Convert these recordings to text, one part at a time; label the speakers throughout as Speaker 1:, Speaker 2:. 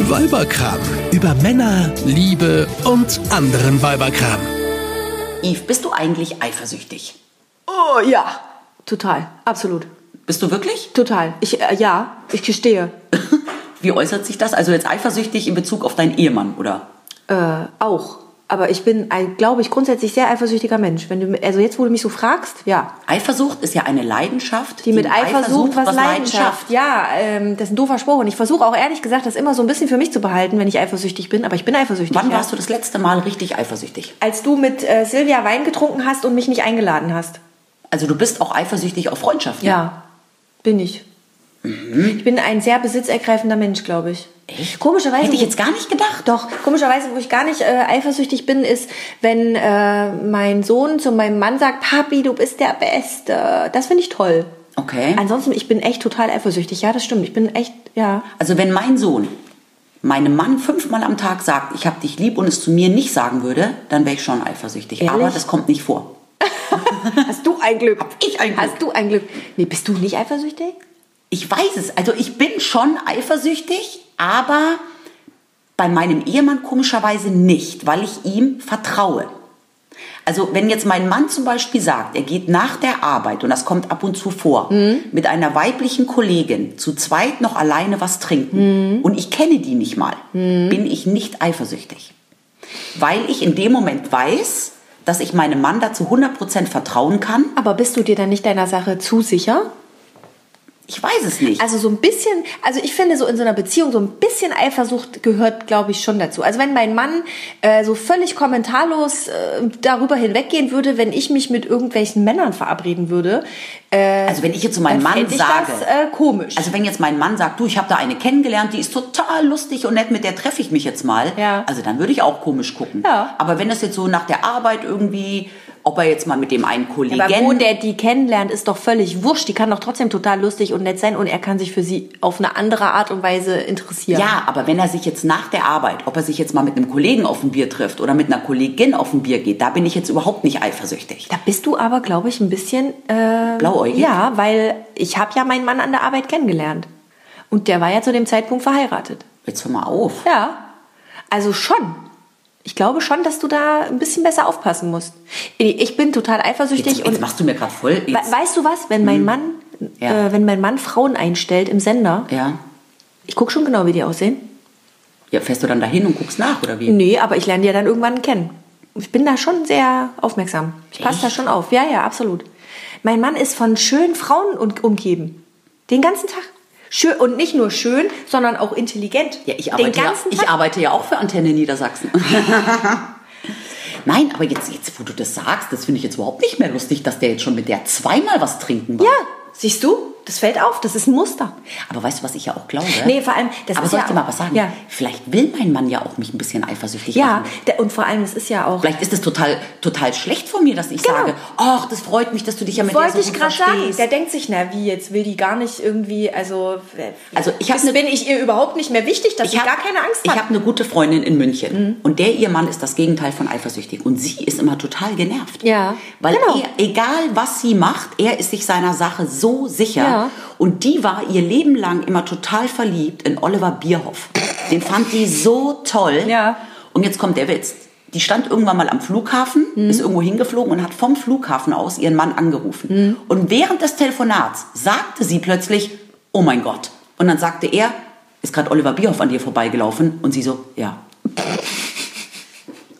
Speaker 1: Weiberkram. Über Männer, Liebe und anderen Weiberkram.
Speaker 2: Yves, bist du eigentlich eifersüchtig?
Speaker 3: Oh ja, total, absolut,
Speaker 2: Bist du wirklich?
Speaker 3: total. Ich äh, ja, ich gestehe.
Speaker 2: Wie äußert sich das? Also jetzt eifersüchtig in Bezug auf deinen Ehemann, oder?
Speaker 3: Äh, auch. Aber ich bin ein, glaube ich, grundsätzlich sehr eifersüchtiger Mensch. Wenn du, mi- also jetzt, wo du mich so fragst, ja.
Speaker 2: Eifersucht ist ja eine Leidenschaft,
Speaker 3: Die mit Eifersucht was, Leidenschaft. Ja, ähm, das ist ein doofer Spruch. Und ich versuche auch ehrlich gesagt, das immer so ein bisschen für mich zu behalten, wenn ich eifersüchtig bin. Aber ich bin eifersüchtig.
Speaker 2: Wann
Speaker 3: ja.
Speaker 2: warst du das letzte Mal richtig eifersüchtig?
Speaker 3: Als du mit äh, Silvia Wein getrunken hast und mich nicht eingeladen hast.
Speaker 2: Also du bist auch eifersüchtig auf Freundschaften.
Speaker 3: Ja, bin ich. Ich bin ein sehr besitzergreifender Mensch, glaube ich.
Speaker 2: Mhm. Echt?
Speaker 3: Komischerweise.
Speaker 2: Hätte ich jetzt gar nicht gedacht.
Speaker 3: Also- Doch, komischerweise, wo ich gar nicht äh, eifersüchtig bin, ist, wenn äh, mein Sohn zu meinem Mann sagt, Papi, du bist der Beste. Das finde ich toll.
Speaker 2: Okay.
Speaker 3: Ansonsten, ich bin echt total eifersüchtig. Ja, das stimmt. Ich bin echt, ja.
Speaker 2: Also wenn mein Sohn meinem Mann fünfmal am Tag sagt, ich hab dich lieb und es zu mir nicht sagen würde, dann wäre ich schon eifersüchtig.
Speaker 3: Ehrlich?
Speaker 2: Aber das kommt nicht vor.
Speaker 3: Hast du ein Glück?
Speaker 2: Hab ich ein Glück.
Speaker 3: Hast du ein Glück? Nee, bist du nicht eifersüchtig?
Speaker 2: Ich weiß es. Also ich bin schon eifersüchtig, aber bei meinem Ehemann komischerweise nicht, weil ich ihm vertraue. Also wenn jetzt mein Mann zum Beispiel sagt, er geht nach der Arbeit, und das kommt ab und zu vor,
Speaker 3: Mhm.
Speaker 2: mit einer weiblichen Kollegin zu zweit noch alleine was trinken
Speaker 3: Mhm.
Speaker 2: und ich kenne die nicht mal, bin ich nicht eifersüchtig. Weil ich in dem Moment weiß, dass ich meinem Mann dazu 100% vertrauen kann.
Speaker 3: Aber bist du dir dann nicht deiner Sache zu sicher?
Speaker 2: Ich weiß es nicht.
Speaker 3: Also so ein bisschen, also ich finde so in so einer Beziehung so ein bisschen Eifersucht gehört, glaube ich, schon dazu. Also wenn mein Mann äh, so völlig kommentarlos äh, darüber hinweggehen würde, wenn ich mich mit irgendwelchen Männern verabreden würde, äh,
Speaker 2: also wenn ich jetzt zu meinem
Speaker 3: dann
Speaker 2: Mann
Speaker 3: fände ich
Speaker 2: sage...
Speaker 3: das äh, komisch.
Speaker 2: Also wenn jetzt mein Mann sagt, du, ich habe da eine kennengelernt, die ist total lustig und nett, mit der treffe ich mich jetzt mal.
Speaker 3: Ja.
Speaker 2: Also dann würde ich auch komisch gucken.
Speaker 3: Ja.
Speaker 2: Aber wenn das jetzt so nach der Arbeit irgendwie, ob er jetzt mal mit dem einen Kollegen...
Speaker 3: aber wo der die kennenlernt, ist doch völlig wurscht. Die kann doch trotzdem total lustig und nett sein und er kann sich für sie auf eine andere Art und Weise interessieren.
Speaker 2: ja, aber wenn er sich jetzt nach der Arbeit, ob er sich jetzt mal mit einem Kollegen auf ein Bier trifft oder mit einer Kollegin auf ein Bier geht, da bin ich jetzt überhaupt nicht eifersüchtig.
Speaker 3: Da bist du aber, glaube ich, ein bisschen äh,
Speaker 2: Blauäugig?
Speaker 3: Ja, weil ich habe ja meinen Mann an der Arbeit kennengelernt. Und der war ja zu dem Zeitpunkt verheiratet.
Speaker 2: Jetzt hör mal auf.
Speaker 3: Ja. Also schon. Ich glaube schon, dass du da ein bisschen besser aufpassen musst. Ich bin total eifersüchtig
Speaker 2: Jetzt,
Speaker 3: und
Speaker 2: jetzt machst du mir gerade voll...
Speaker 3: we
Speaker 2: Jetzt, Hm.
Speaker 3: weißt du was, wenn mein Mann
Speaker 2: Ja.
Speaker 3: äh, wenn mein Mann Frauen einstellt im Sender,
Speaker 2: ja.
Speaker 3: ich guck schon genau, wie die aussehen.
Speaker 2: ja, fährst du dann dahin und guckst nach oder wie?
Speaker 3: Nee, aber ich lerne die ja dann irgendwann kennen. Ich bin da schon sehr aufmerksam. Ich passe da
Speaker 2: Echt?
Speaker 3: schon auf. Ja, ja, absolut. Mein Mann ist von schönen Frauen un- umgeben. Den ganzen Tag. Schön und nicht nur schön, sondern auch intelligent.
Speaker 2: Ja, ich arbeite,
Speaker 3: Den
Speaker 2: ja,
Speaker 3: ganzen Tag.
Speaker 2: ich arbeite ja auch für Antenne Niedersachsen. Nein, aber jetzt, jetzt, wo du das sagst, das finde ich jetzt überhaupt nicht mehr lustig, dass der jetzt schon mit der zweimal was trinken war.
Speaker 3: Ja, siehst du? Das fällt auf. Das ist ein Muster.
Speaker 2: Aber weißt du, was ich ja auch glaube?
Speaker 3: Nee, vor allem, das
Speaker 2: aber
Speaker 3: ist
Speaker 2: soll ich
Speaker 3: ja
Speaker 2: dir mal was sagen?
Speaker 3: Ja.
Speaker 2: Vielleicht will mein Mann ja auch mich ein bisschen eifersüchtig
Speaker 3: Ja,
Speaker 2: machen.
Speaker 3: der, und vor allem, es ist ja auch.
Speaker 2: Vielleicht ist es total, total schlecht von mir, dass ich
Speaker 3: Genau.
Speaker 2: sage, ach, das freut mich, dass du dich ja mit der
Speaker 3: Wollte
Speaker 2: so
Speaker 3: ich
Speaker 2: gut
Speaker 3: gerade sagen.
Speaker 2: verstehst.
Speaker 3: Der denkt sich, na wie, jetzt will die gar nicht irgendwie, also. äh,
Speaker 2: Also, ich hab
Speaker 3: ist-
Speaker 2: ne-
Speaker 3: bin ich ihr überhaupt nicht mehr wichtig, dass ich,
Speaker 2: hab-
Speaker 3: gar keine Angst Mhm.
Speaker 2: Ich
Speaker 3: habe.
Speaker 2: habe eine gute Freundin in München und der ihr Mann ist das Gegenteil von eifersüchtig und sie ist immer total genervt.
Speaker 3: Ja,
Speaker 2: Weil
Speaker 3: genau.
Speaker 2: er, egal was sie macht, er ist sich seiner Sache so sicher
Speaker 3: Ja.
Speaker 2: und die war ihr Leben lang immer total verliebt in Oliver Bierhoff. Den fand die so toll.
Speaker 3: Ja.
Speaker 2: Und jetzt kommt der Witz. Die stand irgendwann mal am Flughafen,
Speaker 3: Mhm.
Speaker 2: ist irgendwo hingeflogen und hat vom Flughafen aus ihren Mann angerufen.
Speaker 3: Mhm.
Speaker 2: Und während des Telefonats sagte sie plötzlich, oh mein Gott. Und dann sagte er, ist gerade Oliver Bierhoff an dir vorbeigelaufen? Und sie so, ja,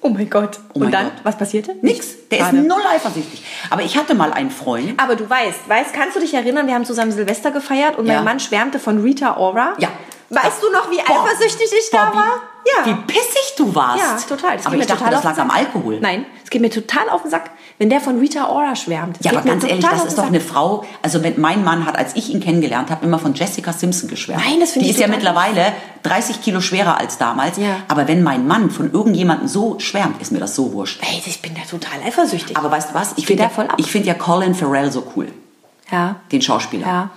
Speaker 3: oh mein Gott.
Speaker 2: Oh mein
Speaker 3: und dann,
Speaker 2: Gott.
Speaker 3: was passierte?
Speaker 2: nix. Der
Speaker 3: Schade.
Speaker 2: ist null eifersüchtig. Aber ich hatte mal einen Freund.
Speaker 3: Aber du weißt, weißt, kannst du dich erinnern, wir haben zusammen Silvester gefeiert und
Speaker 2: Ja.
Speaker 3: mein Mann schwärmte von Rita Ora.
Speaker 2: Ja.
Speaker 3: Weißt du noch, wie
Speaker 2: Boah,
Speaker 3: eifersüchtig ich da
Speaker 2: Bobby,
Speaker 3: war?
Speaker 2: Wie pissig du warst.
Speaker 3: Ja, total. Das
Speaker 2: aber
Speaker 3: geht
Speaker 2: ich
Speaker 3: mir
Speaker 2: dachte,
Speaker 3: total
Speaker 2: das
Speaker 3: auf den
Speaker 2: lag am
Speaker 3: Sack.
Speaker 2: Alkohol.
Speaker 3: Nein, es geht mir total auf den Sack, wenn der von Rita Ora schwärmt. Das
Speaker 2: Ja,
Speaker 3: geht
Speaker 2: aber
Speaker 3: mir
Speaker 2: ganz ehrlich,
Speaker 3: total
Speaker 2: das
Speaker 3: auf den
Speaker 2: ist doch
Speaker 3: Sack.
Speaker 2: eine Frau. Also wenn mein Mann hat, als ich ihn kennengelernt habe, immer von Jessica Simpson geschwärmt.
Speaker 3: Nein, das finde
Speaker 2: Die
Speaker 3: ich
Speaker 2: ist ja
Speaker 3: total
Speaker 2: mittlerweile 30 Kilo schwerer als damals.
Speaker 3: Ja.
Speaker 2: Aber wenn mein Mann von irgendjemandem so schwärmt, ist mir das so wurscht.
Speaker 3: Ey, ich bin da total eifersüchtig.
Speaker 2: Aber weißt du was? Ich
Speaker 3: geh
Speaker 2: finde
Speaker 3: da voll
Speaker 2: ja,
Speaker 3: ab.
Speaker 2: ich find ja Colin Farrell so cool,
Speaker 3: ja.
Speaker 2: den Schauspieler.
Speaker 3: Ja.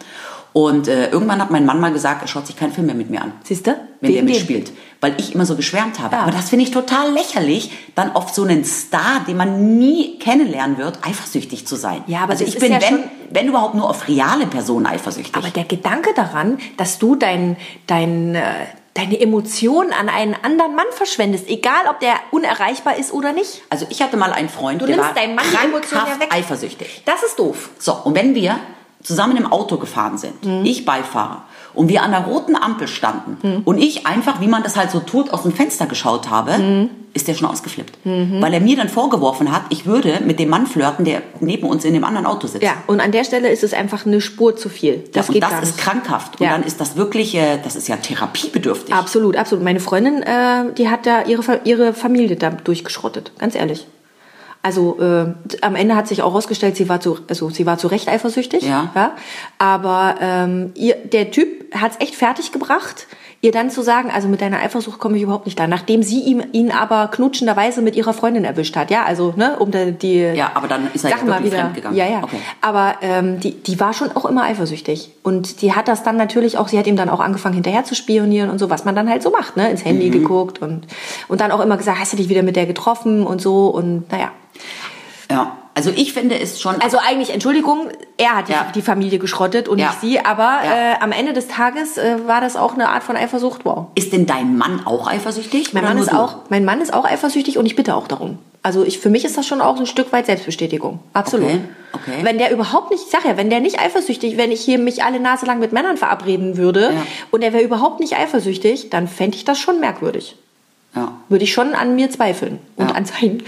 Speaker 2: Und äh, irgendwann hat mein Mann mal gesagt, er schaut sich keinen Film mehr mit mir an.
Speaker 3: Siehst du?
Speaker 2: wenn der mitspielt, weil ich immer so geschwärmt habe.
Speaker 3: Ja.
Speaker 2: Aber das finde ich total lächerlich, dann auf so einen Star, den man nie kennenlernen wird, eifersüchtig zu sein.
Speaker 3: Ja, aber
Speaker 2: also ich
Speaker 3: das ist
Speaker 2: bin
Speaker 3: ja
Speaker 2: wenn,
Speaker 3: schon-
Speaker 2: wenn überhaupt nur auf reale Personen eifersüchtig.
Speaker 3: Aber der Gedanke daran, dass du dein, dein, äh, deine Emotionen an einen anderen Mann verschwendest, egal ob der unerreichbar ist oder nicht.
Speaker 2: Also ich hatte mal einen Freund,
Speaker 3: Du
Speaker 2: der
Speaker 3: nimmst
Speaker 2: war
Speaker 3: deinem Mann die Emotionen ja
Speaker 2: krankhaft
Speaker 3: weg.
Speaker 2: eifersüchtig.
Speaker 3: Das ist doof.
Speaker 2: So, und wenn wir zusammen im Auto gefahren sind,
Speaker 3: Mhm.
Speaker 2: ich Beifahrer, und wir an der roten Ampel standen und ich einfach, wie man das halt so tut, aus dem Fenster geschaut habe,
Speaker 3: Mhm.
Speaker 2: ist der schon ausgeflippt. Weil er mir dann vorgeworfen hat, ich würde mit dem Mann flirten, der neben uns in dem anderen Auto sitzt.
Speaker 3: Ja, und an der Stelle ist es einfach eine Spur zu viel.
Speaker 2: Ja,
Speaker 3: Das
Speaker 2: und
Speaker 3: geht
Speaker 2: das
Speaker 3: gar
Speaker 2: ist
Speaker 3: nicht.
Speaker 2: krankhaft. Und
Speaker 3: Ja.
Speaker 2: dann ist das wirklich, äh, das ist ja therapiebedürftig.
Speaker 3: Absolut, absolut. Meine Freundin, äh, die hat da ihre, Fa- ihre Familie da durchgeschrottet, ganz ehrlich. Also äh, am Ende hat sich auch herausgestellt, sie war zu, also sie war zu Recht eifersüchtig.
Speaker 2: Ja.
Speaker 3: Aber ähm, ihr, der Typ hat es echt fertig gebracht, ihr dann zu sagen, also mit deiner Eifersucht komme ich überhaupt nicht da, nachdem sie ihm, ihn aber knutschenderweise mit ihrer Freundin erwischt hat. Ja, also ne, um da, die.
Speaker 2: Ja, aber dann ist er ja
Speaker 3: Sag mal
Speaker 2: wirklich
Speaker 3: wieder.
Speaker 2: fremdgegangen.
Speaker 3: Ja, ja.
Speaker 2: Okay.
Speaker 3: Aber ähm, die, die war schon auch immer eifersüchtig. Und die hat das dann natürlich auch, sie hat ihm dann auch angefangen, hinterher zu spionieren und so, was man dann halt so macht, ne? Ins
Speaker 2: Mhm.
Speaker 3: Handy geguckt und, und dann auch immer gesagt, hast du dich wieder mit der getroffen und so und naja.
Speaker 2: Ja. Also ich finde es schon,
Speaker 3: Also eigentlich, Entschuldigung, er hat die,
Speaker 2: Ja.
Speaker 3: die Familie geschrottet und
Speaker 2: Ja.
Speaker 3: nicht sie, aber
Speaker 2: Ja.
Speaker 3: äh, am Ende des Tages äh, war das auch eine Art von Eifersucht. Wow.
Speaker 2: ist denn dein Mann auch eifersüchtig?
Speaker 3: Mein
Speaker 2: oder
Speaker 3: Mann,
Speaker 2: nur
Speaker 3: ist
Speaker 2: du?
Speaker 3: auch, mein Mann ist auch eifersüchtig und ich bitte auch darum. Also ich, für mich ist das schon auch ein Stück weit Selbstbestätigung. Absolut.
Speaker 2: Okay, okay.
Speaker 3: Wenn der überhaupt nicht, ich sag ja, wenn der nicht eifersüchtig, wenn ich hier mich alle Nase lang mit Männern verabreden würde
Speaker 2: Ja.
Speaker 3: und er wäre überhaupt nicht eifersüchtig, dann fände ich das schon merkwürdig.
Speaker 2: Ja.
Speaker 3: Würde ich schon an mir zweifeln und
Speaker 2: Ja.
Speaker 3: an seinen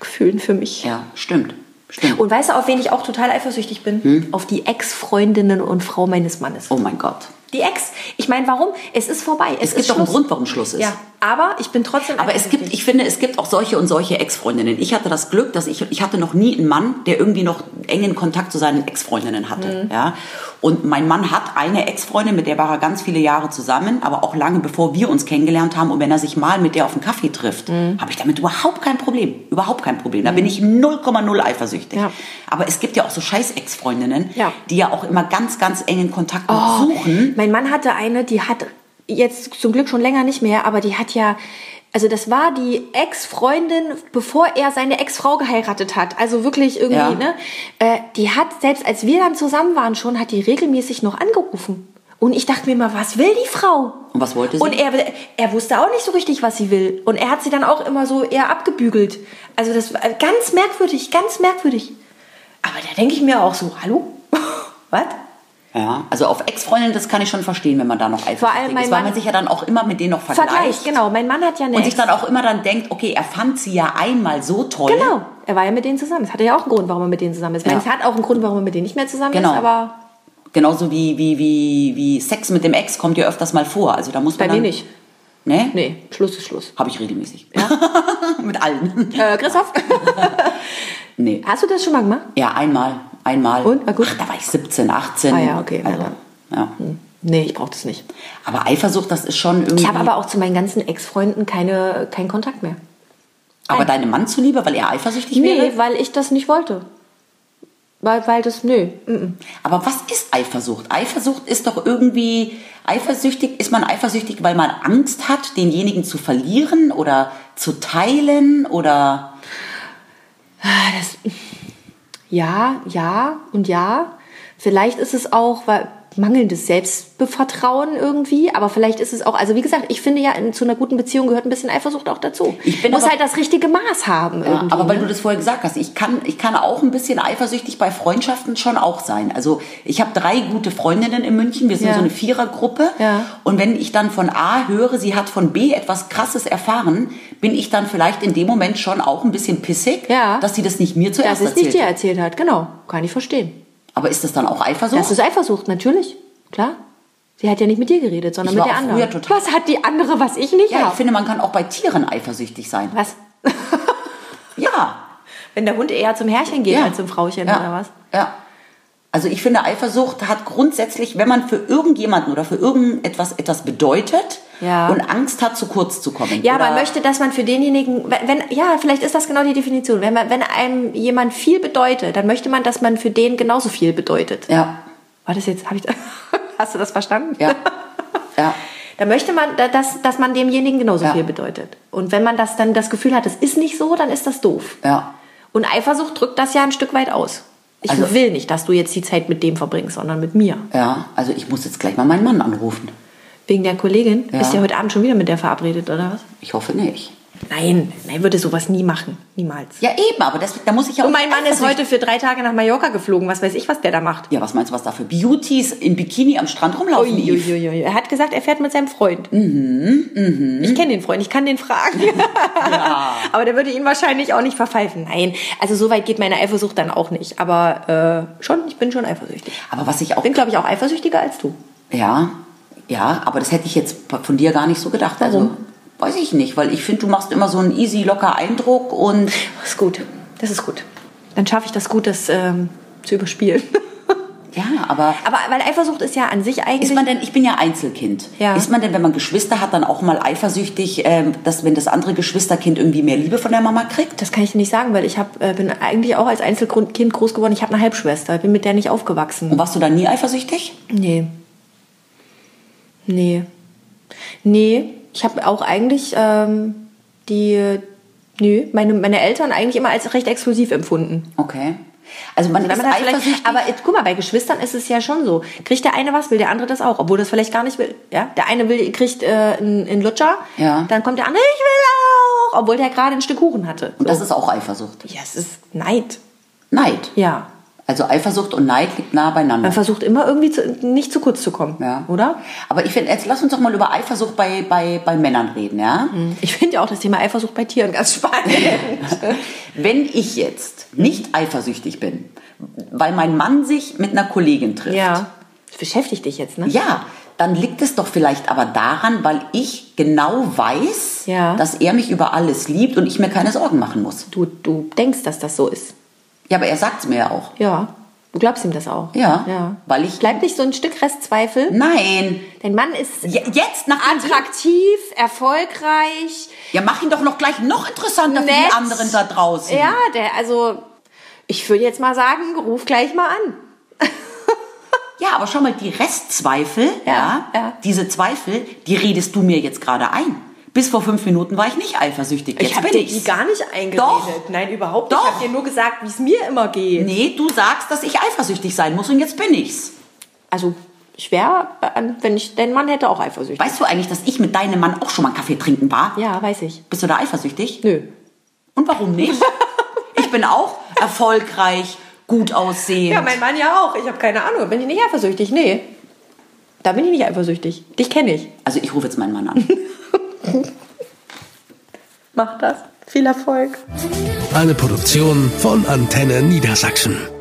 Speaker 3: Gefühlen für mich.
Speaker 2: Ja, stimmt. Stimmt.
Speaker 3: Und weißt du, auf wen ich auch total eifersüchtig bin?
Speaker 2: Hm?
Speaker 3: Auf die Ex-Freundinnen und Frau meines Mannes.
Speaker 2: oh mein Gott.
Speaker 3: Die Ex. Ich meine, warum? Es ist vorbei.
Speaker 2: Es
Speaker 3: Es, ist
Speaker 2: gibt doch einen
Speaker 3: Schluss.
Speaker 2: Grund, warum Schluss ist.
Speaker 3: Ja, aber ich bin trotzdem.
Speaker 2: Aber es gibt, ich finde, es gibt auch solche und solche Ex-Freundinnen. Ich hatte das Glück, dass ich, ich hatte noch nie einen Mann, der irgendwie noch engen Kontakt zu seinen Ex-Freundinnen hatte.
Speaker 3: Mhm.
Speaker 2: Ja? Und mein Mann hat eine Ex-Freundin, mit der war er ganz viele Jahre zusammen, aber auch lange bevor wir uns kennengelernt haben. Und wenn er sich mal mit der auf einen Kaffee trifft,
Speaker 3: Mhm.
Speaker 2: habe ich damit überhaupt kein Problem. Überhaupt kein Problem. Da bin ich 0,0 eifersüchtig.
Speaker 3: Ja.
Speaker 2: Aber es gibt ja auch so scheiß Ex-Freundinnen,
Speaker 3: Ja. Oh.
Speaker 2: die ja auch immer ganz, ganz engen Kontakt suchen.
Speaker 3: Mein Mann hatte eine, die hat jetzt zum Glück schon länger nicht mehr, aber die hat ja, also das war die Ex-Freundin, bevor er seine Ex-Frau geheiratet hat. Also wirklich irgendwie,
Speaker 2: Ja.
Speaker 3: ne? Äh, die hat, selbst als wir dann zusammen waren schon, hat die regelmäßig noch angerufen. Und ich dachte mir mal, was will die Frau?
Speaker 2: Und was wollte sie?
Speaker 3: Und er, er wusste auch nicht so richtig, was sie will. Und er hat sie dann auch immer so eher abgebügelt. Also das war ganz merkwürdig, ganz merkwürdig. Aber da denke ich mir auch so, hallo? was?
Speaker 2: Ja, also auf Ex-Freundinnen, das kann ich schon verstehen, wenn man da noch eifersüchtig
Speaker 3: allem mein
Speaker 2: ist, weil
Speaker 3: Mann-
Speaker 2: man sich ja dann auch immer mit denen noch vergleicht.
Speaker 3: Vergleich, genau. Mein Mann hat ja eine
Speaker 2: Und sich dann auch immer dann denkt, okay, er fand sie ja einmal so toll.
Speaker 3: Genau. Er war ja mit denen zusammen. Es hatte ja auch einen Grund, warum er mit denen zusammen ist. Ich meine,
Speaker 2: Ja.
Speaker 3: es hat auch einen Grund, warum er mit denen nicht mehr zusammen
Speaker 2: Genau.
Speaker 3: ist, aber
Speaker 2: Genauso wie, wie, wie, wie Sex mit dem Ex kommt ja öfters mal vor. Also da muss
Speaker 3: bei
Speaker 2: man
Speaker 3: mir
Speaker 2: dann,
Speaker 3: nicht.
Speaker 2: Ne?
Speaker 3: Nee, Schluss ist Schluss.
Speaker 2: Habe ich regelmäßig. mit allen.
Speaker 3: Äh, Christoph,
Speaker 2: Nee.
Speaker 3: hast du das schon mal gemacht?
Speaker 2: Ja, einmal. Einmal.
Speaker 3: Und? War gut?
Speaker 2: Ach, da war ich 17, 18.
Speaker 3: Ah ja, okay,
Speaker 2: Also,
Speaker 3: na
Speaker 2: ja.
Speaker 3: Nee, ich brauche das nicht.
Speaker 2: Aber Eifersucht, das ist schon irgendwie...
Speaker 3: Ich habe aber auch zu meinen ganzen Ex-Freunden keine, keinen Kontakt mehr.
Speaker 2: aber deinem Mann zuliebe, weil er eifersüchtig wäre?
Speaker 3: Nee, weil ich das nicht wollte. Weil, weil das, nö. mhm.
Speaker 2: Aber was ist Eifersucht? Eifersucht ist doch irgendwie eifersüchtig. Ist man eifersüchtig, weil man Angst hat, denjenigen zu verlieren oder zu teilen oder
Speaker 3: Ah, Das, ja, ja und ja. Vielleicht ist es auch weil, mangelndes Selbstvertrauen irgendwie, aber vielleicht ist es auch, also wie gesagt, ich finde ja, in, zu einer guten Beziehung gehört ein bisschen Eifersucht auch dazu.
Speaker 2: Ich bin
Speaker 3: Muss
Speaker 2: aber-
Speaker 3: halt das richtige Maß haben
Speaker 2: Ja,
Speaker 3: irgendwie. ne?
Speaker 2: aber weil du das vorher gesagt hast, ich kann, ich kann auch ein bisschen eifersüchtig bei Freundschaften schon auch sein. Also ich habe drei gute Freundinnen in München, wir sind
Speaker 3: Ja.
Speaker 2: so eine Vierergruppe.
Speaker 3: Ja.
Speaker 2: Und wenn ich dann von A höre, sie hat von B etwas Krasses erfahren, bin ich dann vielleicht in dem Moment schon auch ein bisschen pissig,
Speaker 3: Ja.
Speaker 2: dass sie das nicht mir
Speaker 3: dass
Speaker 2: zuerst
Speaker 3: es nicht
Speaker 2: erzählt
Speaker 3: dir
Speaker 2: hat.
Speaker 3: erzählt hat, genau. Kann ich verstehen.
Speaker 2: Aber ist das dann auch Eifersucht?
Speaker 3: Das ist Eifersucht, natürlich. Klar. Sie hat ja nicht mit dir geredet, sondern
Speaker 2: Ich
Speaker 3: mit
Speaker 2: war
Speaker 3: der
Speaker 2: auch früher
Speaker 3: anderen.
Speaker 2: total-
Speaker 3: Was hat die andere, was ich nicht
Speaker 2: Ja, ich
Speaker 3: habe?
Speaker 2: finde, man kann auch bei Tieren eifersüchtig sein.
Speaker 3: Was?
Speaker 2: Ja.
Speaker 3: Wenn der Hund eher zum Herrchen geht
Speaker 2: ja.
Speaker 3: als zum Frauchen
Speaker 2: ja.
Speaker 3: oder was?
Speaker 2: Ja. Also ich finde, Eifersucht hat grundsätzlich, wenn man für irgendjemanden oder für irgendetwas etwas bedeutet
Speaker 3: Ja.
Speaker 2: und Angst hat, zu kurz zu kommen.
Speaker 3: Ja,
Speaker 2: oder,
Speaker 3: man möchte, dass man für denjenigen, wenn, wenn- ja, vielleicht ist das genau die Definition. Wenn, man, wenn einem jemand viel bedeutet, dann möchte man, dass man für den genauso viel bedeutet.
Speaker 2: Ja,
Speaker 3: War das jetzt, hab ich, hast du das verstanden?
Speaker 2: ja, ja.
Speaker 3: Da möchte man, da- dass, dass man demjenigen genauso
Speaker 2: Ja.
Speaker 3: viel bedeutet. Und wenn man das dann das Gefühl hat, das ist nicht so, dann ist das doof.
Speaker 2: Ja.
Speaker 3: Und Eifersucht drückt das ja ein Stück weit aus. Ich
Speaker 2: Also-
Speaker 3: will nicht, dass du jetzt die Zeit mit dem verbringst, sondern mit mir.
Speaker 2: Ja, also ich muss jetzt gleich mal meinen Mann anrufen.
Speaker 3: Wegen der Kollegin?
Speaker 2: Ja.
Speaker 3: Ist ja heute Abend schon wieder mit der verabredet, oder was?
Speaker 2: Ich hoffe nicht.
Speaker 3: Nein, nein, würde sowas nie machen. Niemals.
Speaker 2: Ja, eben, aber das, da muss ich ja
Speaker 3: Und Oh, mein
Speaker 2: nicht
Speaker 3: Mann ist
Speaker 2: eifersüchtig-
Speaker 3: heute für drei Tage nach Mallorca geflogen. Was weiß ich, was der da macht.
Speaker 2: Ja, was meinst du, was da für Beauties in Bikini am Strand rumlaufen?
Speaker 3: Ui,
Speaker 2: Yves?
Speaker 3: ui, ui, ui. Er hat gesagt, er fährt mit seinem Freund. Mhm, Ich kenne den Freund, ich kann den fragen. Aber der würde ihn wahrscheinlich auch nicht verpfeifen. Nein, also so weit geht meine Eifersucht dann auch nicht. Aber äh, schon, ich bin schon eifersüchtig.
Speaker 2: Aber was ich auch.
Speaker 3: Bin, glaube ich, auch eifersüchtiger als du.
Speaker 2: Ja, ja, aber das hätte ich jetzt von dir gar nicht so gedacht. Also, weiß ich nicht, weil ich finde, du machst immer so einen easy, locker Eindruck und.
Speaker 3: Das ist gut, das ist gut. Dann schaffe ich das gut, das ähm, zu überspielen.
Speaker 2: Ja, aber.
Speaker 3: Aber weil Eifersucht ist ja an sich eigentlich...
Speaker 2: Ist man denn, ich bin ja Einzelkind.
Speaker 3: Ja.
Speaker 2: Ist man denn, wenn man Geschwister hat, dann auch mal eifersüchtig, ähm, dass wenn das andere Geschwisterkind irgendwie mehr Liebe von der Mama kriegt?
Speaker 3: das kann ich dir nicht sagen, weil ich hab, äh, bin eigentlich auch als Einzelkind groß geworden. Ich habe eine Halbschwester, bin mit der nicht aufgewachsen.
Speaker 2: Und warst du da nie eifersüchtig?
Speaker 3: Nee. Nee. Nee. Ich habe auch eigentlich ähm, die. Nö, meine, meine Eltern eigentlich immer als recht exklusiv empfunden.
Speaker 2: Okay. Also man
Speaker 3: Wenn
Speaker 2: ist
Speaker 3: man da vielleicht,
Speaker 2: eifersüchtig.
Speaker 3: aber jetzt, guck mal, bei Geschwistern ist es ja schon so. Kriegt der eine was, will der andere das auch, obwohl das vielleicht gar nicht will. Ja? Der eine will, kriegt äh, einen, einen Lutscher,
Speaker 2: Ja.
Speaker 3: dann kommt der andere, ich will auch, obwohl der gerade ein Stück Kuchen hatte.
Speaker 2: und das ist auch Eifersucht.
Speaker 3: Ja, es ist Neid.
Speaker 2: Neid.
Speaker 3: Ja.
Speaker 2: Also Eifersucht und Neid liegt nah beieinander.
Speaker 3: Man versucht immer irgendwie zu, nicht zu kurz zu kommen,
Speaker 2: Ja.
Speaker 3: oder?
Speaker 2: Aber ich finde, jetzt lass uns doch mal über Eifersucht bei, bei, bei Männern reden, ja?
Speaker 3: Hm. Ich finde ja auch das Thema Eifersucht bei Tieren ganz spannend.
Speaker 2: Wenn ich jetzt nicht eifersüchtig bin, weil mein Mann sich mit einer Kollegin trifft,
Speaker 3: Ja. Das beschäftigt dich jetzt, ne?
Speaker 2: ja, dann liegt es doch vielleicht aber daran, weil ich genau weiß,
Speaker 3: Ja.
Speaker 2: dass er mich über alles liebt und ich mir keine Sorgen machen muss.
Speaker 3: Du, du denkst, dass das so ist.
Speaker 2: Ja, aber er sagt es mir ja auch.
Speaker 3: Ja. Du glaubst ihm das auch.
Speaker 2: Ja,
Speaker 3: ja.
Speaker 2: weil ich- Hm.
Speaker 3: Bleibt nicht so ein Stück Restzweifel.
Speaker 2: Nein,
Speaker 3: Dein Mann ist
Speaker 2: Je- jetzt nach dem
Speaker 3: attraktiv, erfolgreich.
Speaker 2: Ja, mach ihn doch noch gleich noch interessanter für
Speaker 3: nett.
Speaker 2: die anderen da draußen.
Speaker 3: Ja, der, also, ich würde jetzt mal sagen, ruf gleich mal an.
Speaker 2: Ja, aber schau mal, die Restzweifel, ja,
Speaker 3: Ja, ja.
Speaker 2: diese Zweifel, die redest du mir jetzt gerade ein. Bis vor fünf Minuten war ich nicht eifersüchtig. Jetzt
Speaker 3: hab
Speaker 2: bin
Speaker 3: dir
Speaker 2: ich's.
Speaker 3: die gar nicht eingeredet.
Speaker 2: Doch.
Speaker 3: Nein, überhaupt
Speaker 2: Doch.
Speaker 3: nicht. Ich habe dir nur gesagt, wie es mir immer geht.
Speaker 2: Nee, du sagst, dass ich eifersüchtig sein muss und jetzt bin ich's.
Speaker 3: Also, ich wäre, wenn ich den Mann hätte, auch eifersüchtig.
Speaker 2: Weißt du eigentlich, dass ich mit deinem Mann auch schon mal einen Kaffee trinken war?
Speaker 3: Ja, weiß ich.
Speaker 2: Bist du da eifersüchtig?
Speaker 3: Nö.
Speaker 2: Und warum nicht? ich bin auch erfolgreich, gut aussehend.
Speaker 3: Ja, mein Mann ja auch. Ich habe keine Ahnung. Bin ich nicht eifersüchtig? Nee. Da bin ich nicht eifersüchtig. Dich kenne ich.
Speaker 2: also ich rufe jetzt meinen Mann an.
Speaker 3: Mach das. Viel Erfolg.
Speaker 1: Eine Produktion von Antenne Niedersachsen.